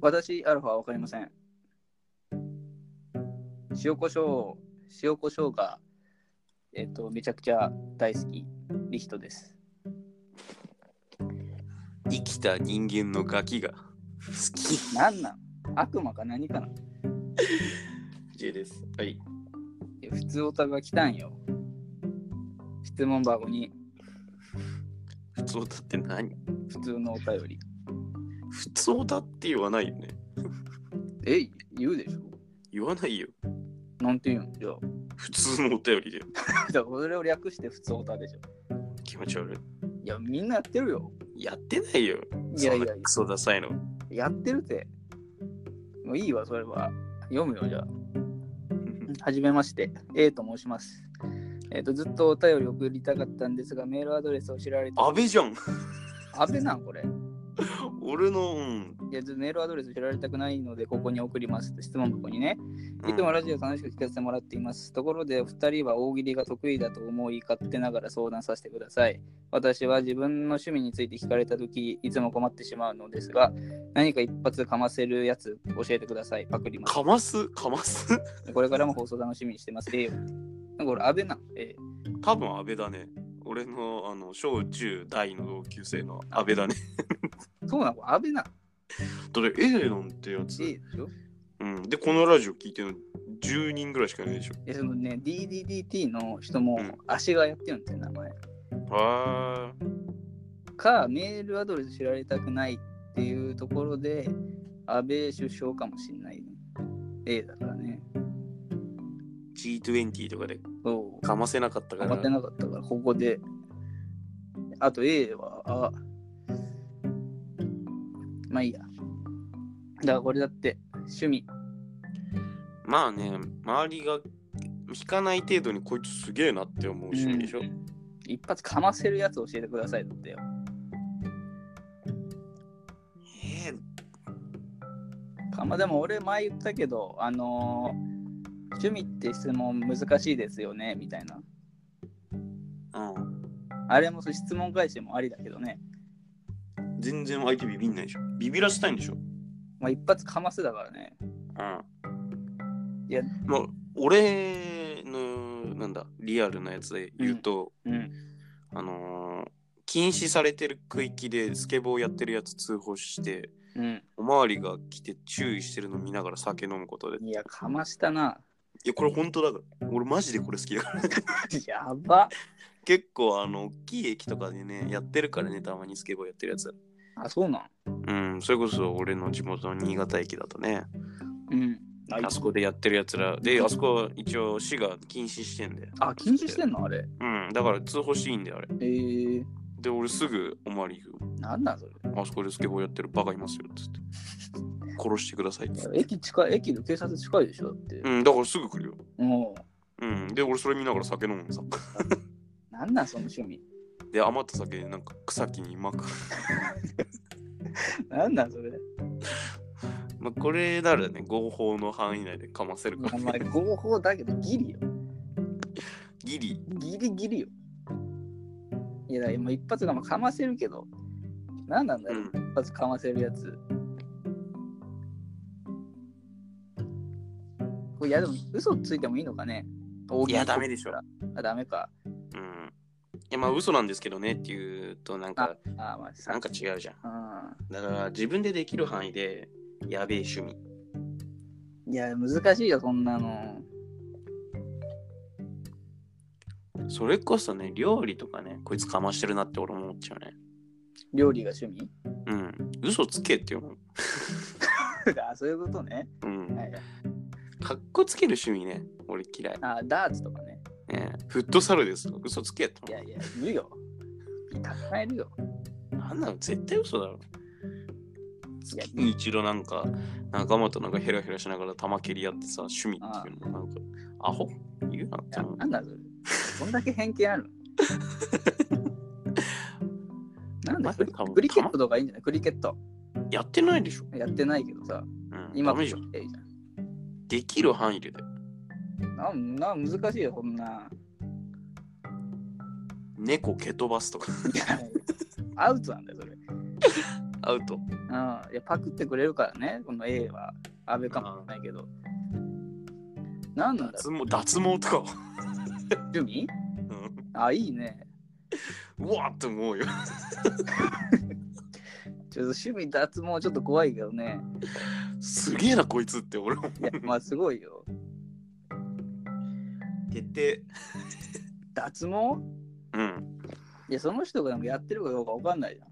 私、アルファはわかりません。塩コショウ、塩コショウが、えっ、と、めちゃくちゃ大好き、リヒトです。生きた人間のガキが好き。なんなん悪魔か何かな J です。はい。いや普通オタが来たんよ。質問箱に普通だって何普通のお便り。普通だって言わないよね。え、言うでしょ言わないよ。なんて言うんじゃあ 普通のお便りだよ。だから俺を略して普通オタでしょ。気持ち悪いや、みんなやってるよ。い。やってないよ。いやいやいそんなクソダサいの。や、やってるって。もういいわ、それは。読むよ、じゃあ。はじめまして、A と申します。えっ、と、ずっとお便り送りたかったんですが、メールアドレスを知られて、安倍じゃん。 安倍なんこれ。俺の、うん。いや、ずメールアドレス知られたくないので、ここに送ります。質問箱にね。うんいつもラジオ楽しく聞かせてもらっています。ところで、お二人は大喜利が得意だと思い勝手ながら相談させてください。私は自分の趣味について聞かれたとき、いつも困ってしまうのですが、何か一発かませるやつ教えてください。パクります。かますかますこれからも放送楽しみにしてます。ええよ。なんか俺、安倍なん。ええ多分安倍だね。俺のあの小中大の同級生の安倍だね。そうなん、これ安倍なん。だって A なんてやつ、ええでしょうん。で、このラジオ聞いてるの10人ぐらいしかいないでしょ。えそのね、DDDT の人もうん足がやってるんだよ、名前。はか、メールアドレス知られたくないっていうところで、安倍首相かもしんない、ね。A だからね。ー G20 とかでそう。かませなかったか頑張らって。なかったから、ここで。あと A は、あまあいいや。だからこれだって、趣味。まあね、周りが引かない程度にこいつすげえなって思う趣味でしょ。一発かませるやつ教えてくださいだってよ。えかまあでも俺前言ったけど、あのー趣味って質問難しいですよね、みたいな。ーうん。あれもそう質問返してもありだけどね。全然相手ビビんないでしょ。ビビらせたいんでしょ。まあ一発かますだからね。うん。いや、まあ、俺の、なんだ、リアルなやつで言うと、うん。あのー禁止されてる区域でスケボーやってるやつ通報して、うん。おまわりが来て注意してるの見ながら酒飲むことで。いいや、かましたな。 や、これ本当だから。俺マジでこれ好きだから。やば。結構、あの、大きい駅とかでね、やってるからね、たまにスケボーやってるやつ。あ、そうなん。うん、それこそ俺の地元の新潟駅だとね、うん。ああそこでやってるやつら、で、あそこは一応市が禁止してんだよ。あ、禁止してんのあれ。うん、だから通報していいんだよ、あれ。えー、で、俺すぐおまわり行くよなんなんそれ。あそこでスケボーやってるバカいますよ、つって。殺してくださいっつって。駅近い、駅の警察近いでしょだって。うん、だからすぐ来るよ。もうん、で、俺それ見ながら酒飲むのさ。う、なんなんその趣味。 で、余った酒、なんか草木に巻く。なんなんそれ。まあ、これならね、合法の範囲内でかませるかおら、前、ね。合法だけどギリよ。ギリ。ギリギリよ。いや、だからもう一発がまあかませるけど、なんなんだうろう、ん。一発かませるやつ。これいや、でも、嘘ついてもいいのかね。大喜利いやダメでしょ。あ、ダメか。うん。いや、まあ、嘘なんですけどねっていうと、なんか、あ、まあ、さなんか違うじゃん。うだから、自分でできる範囲で、やべえ趣味。ん。いや、難しいよ、そんなの。それこそね、料理とかね、こいつかましてるなって俺も思っちゃうね。料理が趣味 うん。嘘つけって思う。あ、そういうことね。うん。はい、かっこつける趣味ね、俺嫌い。あ、ダーツとかね。ねえ、フットサルです。嘘つけとい思やいや、いるよ。たくさんいるよ。う。なんなの絶対嘘だろ。いや月に一度なんか仲間となんかヘラヘラしながら玉蹴り合ってさ、趣味っていうのもなんか、アホ言うなって思うな。んだそれ。こんだけ偏見ある のなんだクリまあクリケットとかいいんじゃないクリケット。やってないでしょ。やってないけどさ、うん、今ダメじゃん。ええじできる範囲でだよ。ゃんなな難しいよ、こんな。 猫蹴飛ばすとか。いやアウトなんだよ、それ。 アウト。うん、いやパクってくれるからね、この A は。安倍かもしれないけど。なんなんだろ脱毛脱毛とか。う、趣味うんあ、いいね。 うわーって思うよ。ちょっと趣味脱毛ちょっと怖いけどね。すげえな、こいつって俺も。いや、まあすごいよ。決定。脱毛うん。いや、その人がなんかやってるかどうかわかんないじゃん。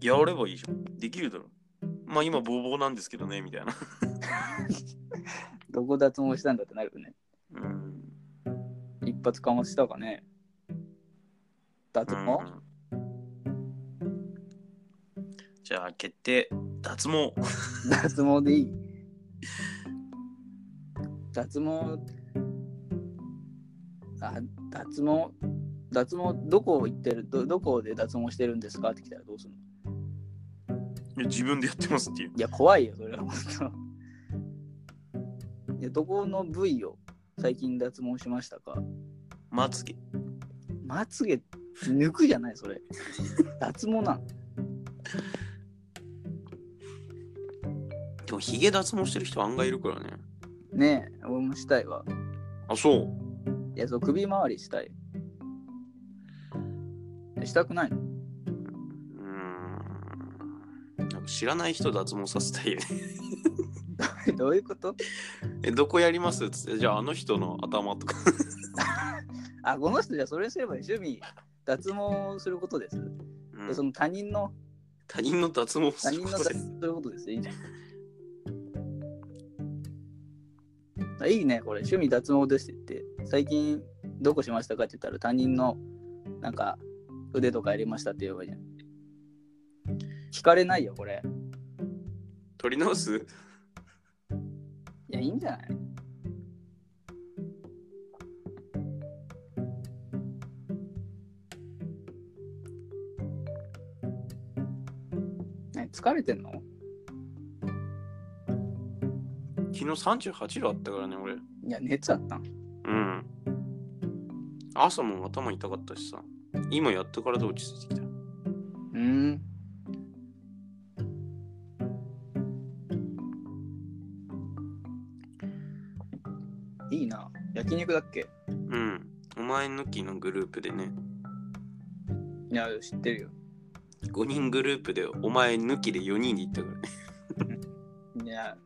やればいいじゃん。できるだろ。まあ今、ボーボーなんですけどね、みたいな。どこ脱毛したんだってなるよね。うん。一発かましたかね。脱毛、うんじゃあ、決定。脱毛。脱毛でいい脱毛あ脱毛脱毛どこ行ってるどどこで脱毛してるんですかって来たらどうするのいや自分でやってますっていう。いや怖いよそれは本当いやどこの部位を最近脱毛しましたかまつげ。まつげ抜くじゃないそれ脱毛なんでも、ヒゲ脱毛してる人案外いるからね。ねえ俺もしたいわあ、そう。いやそう首周りしたいしたくないの うーん。なんか知らない人脱毛させたいよね。どういうことえ、どこやりますっつって、じゃああの人の頭とか。あ、この人じゃあそれすればいい趣味、脱毛することです。うんその他人の、他人の脱毛他する人のこと脱で毛することです。いいじゃん。あいいね、これ。趣味脱毛ですって言って、最近どこしましたかって言ったら他人の、なんか、腕とかやりましたって言えばいいじゃん。聞かれないよ、これ。取り直すいや、いいんじゃないね疲れてんの昨日38度あったからね、俺。いや、熱あったんうん。朝も頭痛かったしさ。今やっとからで落ち着いてきた。うん。いいな。焼肉だっけうん。お前抜きのグループでね、いや、知ってるよ。 5人グループでお前抜きで4人で行ったからね。いや、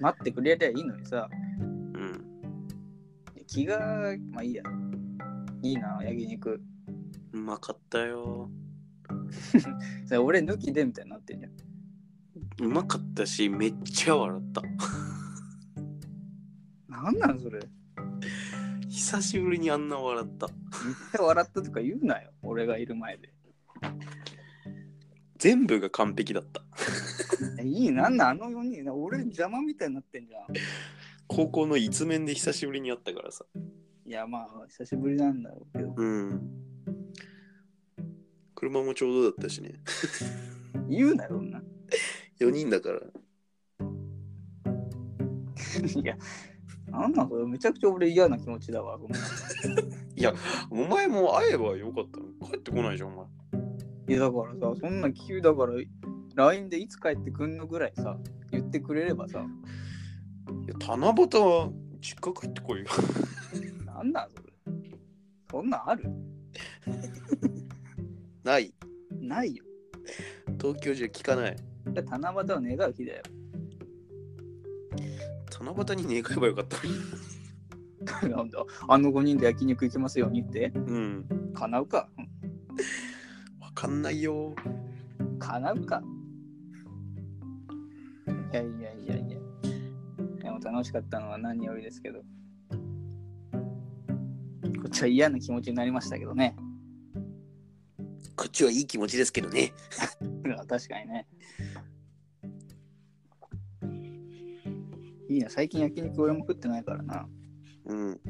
待ってくれりゃいいのにさ、気が、まあいいや。いいな、焼肉。うん。うまかったよ。それ俺抜きでみたいになってんじゃん。うまかったし、めっちゃ笑った。 なんなんそれめっ久しぶりにあんな笑った。ちゃ笑ったとか言うなよ。俺がいる前で。全部が完璧だった。えいい、なんなんあの4人。俺邪魔みたいになってんじゃん。高校の一面で久しぶりに会ったからさ。いや、まあ、久しぶりなんだろうけど。うん。車もちょうどだったしね。言うなよ、そんな。 4人だから。いや、なんなんそれめちゃくちゃ俺嫌な気持ちだわ。ごめんお前も会えばよかったのに帰ってこないじゃん、お前。いや、だからさ、そんな急だから、LINE でいつ帰ってくんのぐらいさ、言ってくれればさ、いや、七夕は実家帰ってこいよ。なんなんそれ。そんなんある ない。ないよ。東京じゃ聞かない。だって七夕は願う日だよ。 七夕に願えばよかったのに。なんだ、あの5人で焼肉行きますようにって、うん。叶うか。わかんないよ。叶うか。いやいやいやいや。でも楽しかったのは何よりですけど。こっちは嫌な気持ちになりましたけどね。こっちはいい気持ちですけどね。うん確かにね。いいな、最近焼肉俺も食ってないからな。うん。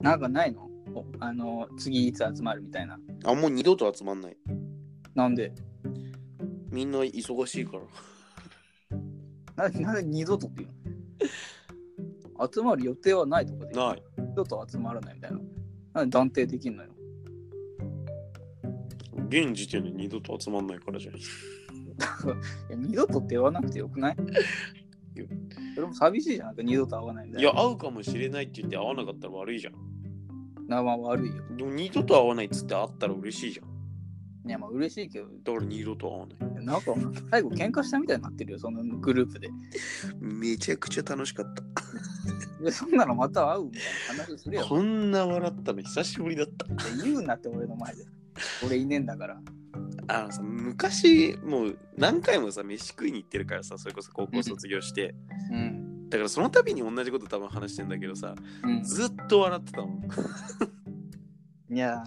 なんかないのおあの、次いつ集まるみたいな。あ、もう二度と集まんない。なんで、みんな忙しいから。ななんで二度とっていうの集まる予定はないとかで、 ない。二度と集まらないみたいな。なんで断定できんのよ。現時点で二度と集まんないからじゃん。いや二度とって言わなくてよくない いやそれも寂しいじゃなくて二度と会わないみたいいな。や、会うかもしれないって言って会わなかったら悪いじゃん。なまあ悪いよ。でも二度と会わないっつって会ったら嬉しいじゃん。いやまあ嬉しいけど、だから二度と会わない。なんか最後喧嘩したみたいになってるよ、そのグループで。めちゃくちゃ楽しかった。でそんなのまた会うみたいな話するよ。こんな笑ったの久しぶりだった。って言うなって俺の前で。俺いねえんだから。あのさ、昔、もう何回もさ、飯食いに行ってるからさ、それこそ高校卒業して。うん。だからその度に同じこと多分話してんだけどさ、うん、ずっと笑ってたもん。いや、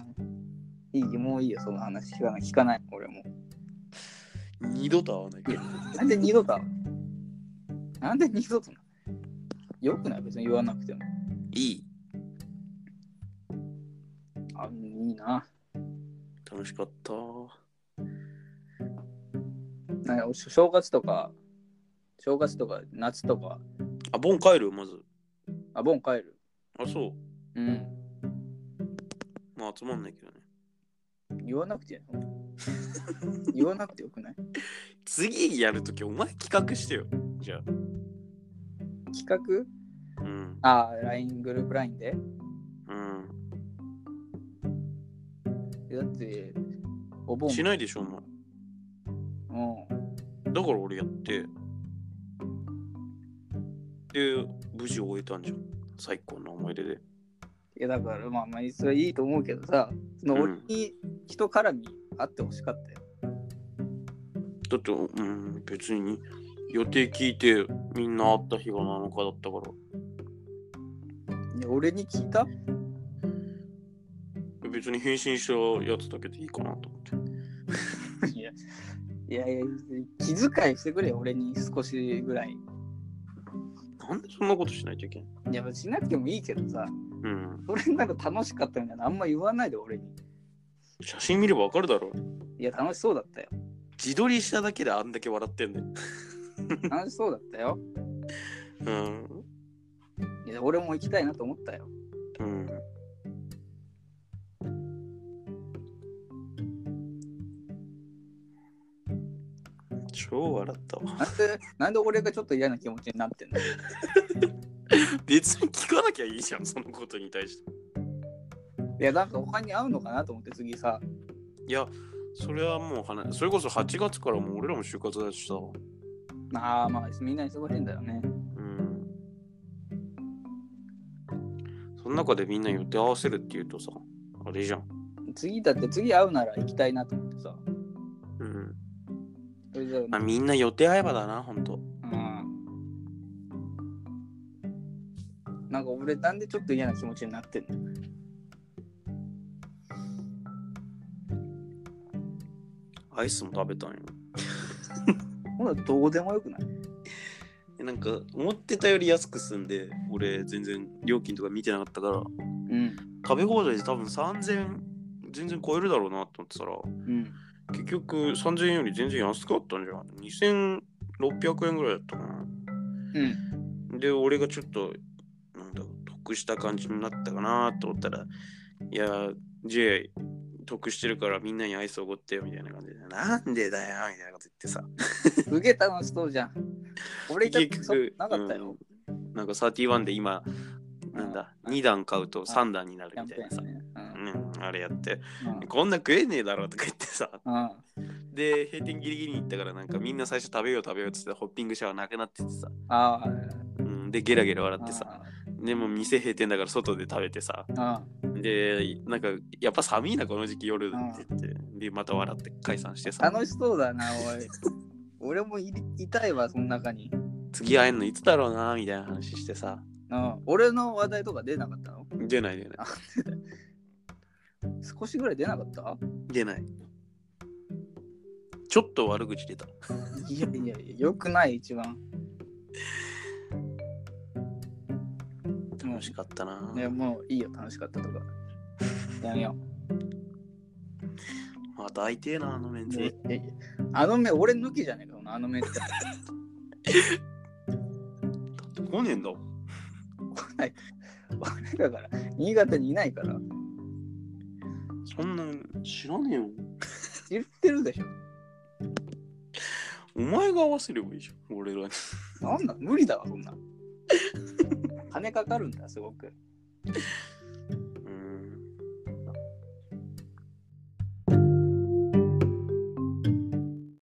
いいよ、もういいよ、その話聞かない。聞かない、俺も。二度と会わないから。なんで二度と会うなんで二度となよくない、別に言わなくても。いい。あ、いいな。楽しかった。なんかお正月とか、正月とか夏とか、あ、ボン帰るまず。あ、ボン帰る。あ、そう。うん。まあ集まんないけどね。言わなくていい の言わなくてよくない次やるときお前企画してよ。じゃ企画あ。うん。ああ、LINE、グループ LINE で。うだって、お盆ん。しないでしょ、お前。うん。だから俺やって。で、無事終えたんじゃん。最高の思い出で。いや、だから、まあまあ、それはいいと思うけどさ、そのうん俺に人絡みあってほしかったよ。だって、うん、別に予定聞いてみんな会った日が7日だったから。いや俺に聞いた別に返信したやつだけでいいかなと思って。いやいやいや、気遣いしてくれよ、俺に少しぐらい。なんでそんなことしないといけないいや、別にしなくてもいいけどさ、うん。それなんか楽しかったみたいな、あんま言わないで、俺に。写真見ればわかるだろ。いや、楽しそうだったよ。自撮りしただけであんだけ笑ってんだよ。楽しそうだったよ。うん。いや、俺も行きたいなと思ったよ。うん。超笑っ たわ。なんで、なんで俺がちょっと嫌な気持ちになってんの別に聞かなきゃいいじゃん、そのことに対して。いや、なんか他に会うのかなと思って、次さ。いや、それはもう話、それこそ8月からもう俺らも就活だしさ。ああ、まあ、みんな忙しいんだよね。うん。その中でみんな予定合わせるって言うとさ、あれじゃん。次だって次会うなら行きたいなと思ってさ。うん。それじゃまあみんな予定合えばだな、ほんと。あ、うん。なんか俺なんでちょっと嫌な気持ちになってんのアイスも食べたんよ。ほらどうでもよくないなんか思ってたより安く済んで俺全然料金とか見てなかったからうん。食べ放題で多分3000全然超えるだろうなと思ってたらうん。結局3000円より全然安かったんじゃん2600円ぐらいだったかうん。なで俺がちょっとなんだ得した感じになったかなと思ったらいや J 得してるからみんなにアイスおごってよみたいな感じでなんでだよみたいなこと言ってさすげえ楽しそうじゃん。俺行った結そ局なかったよ。、うんなんか31で今なんだ2段買うと3段になキャるンみペたいなーさン、ね。うん、あれやってうん。こんな食えねえだろとか言ってさうん。うんで閉店ギリギリに行ったからなんかみんな最初食べよう食べようって言ってホッピングシャワーなくなっててさ、ああ。うん、でゲラゲラ笑ってさあでもう店閉店だから外で食べてさあ。でなんかやっぱ寒いなこの時期夜って言ってでまた笑って解散してうんさ楽しそうだな、おい。 俺もいいたいわ、その中に。次会えんのいつだろうなみたいな話してさうん。俺の話題とか出なかったの出ない出ない少しぐらい出なかった出ないちょっと悪口出たいやいやいや、よくない、一番。楽しかったな、いや、もういいよ、楽しかったとか。やめよ また会いてえなあのメンう。ツいやいやあの目、俺抜きじゃねえか、あの目って。 来ねえんだもん来ない。俺だから、新潟にいないから。そんな知らねえよ言ってるでしょ。お前が合わせればいいじゃん、俺らに。なんだ、無理だわ、そんな。金かかるんだ、すごく。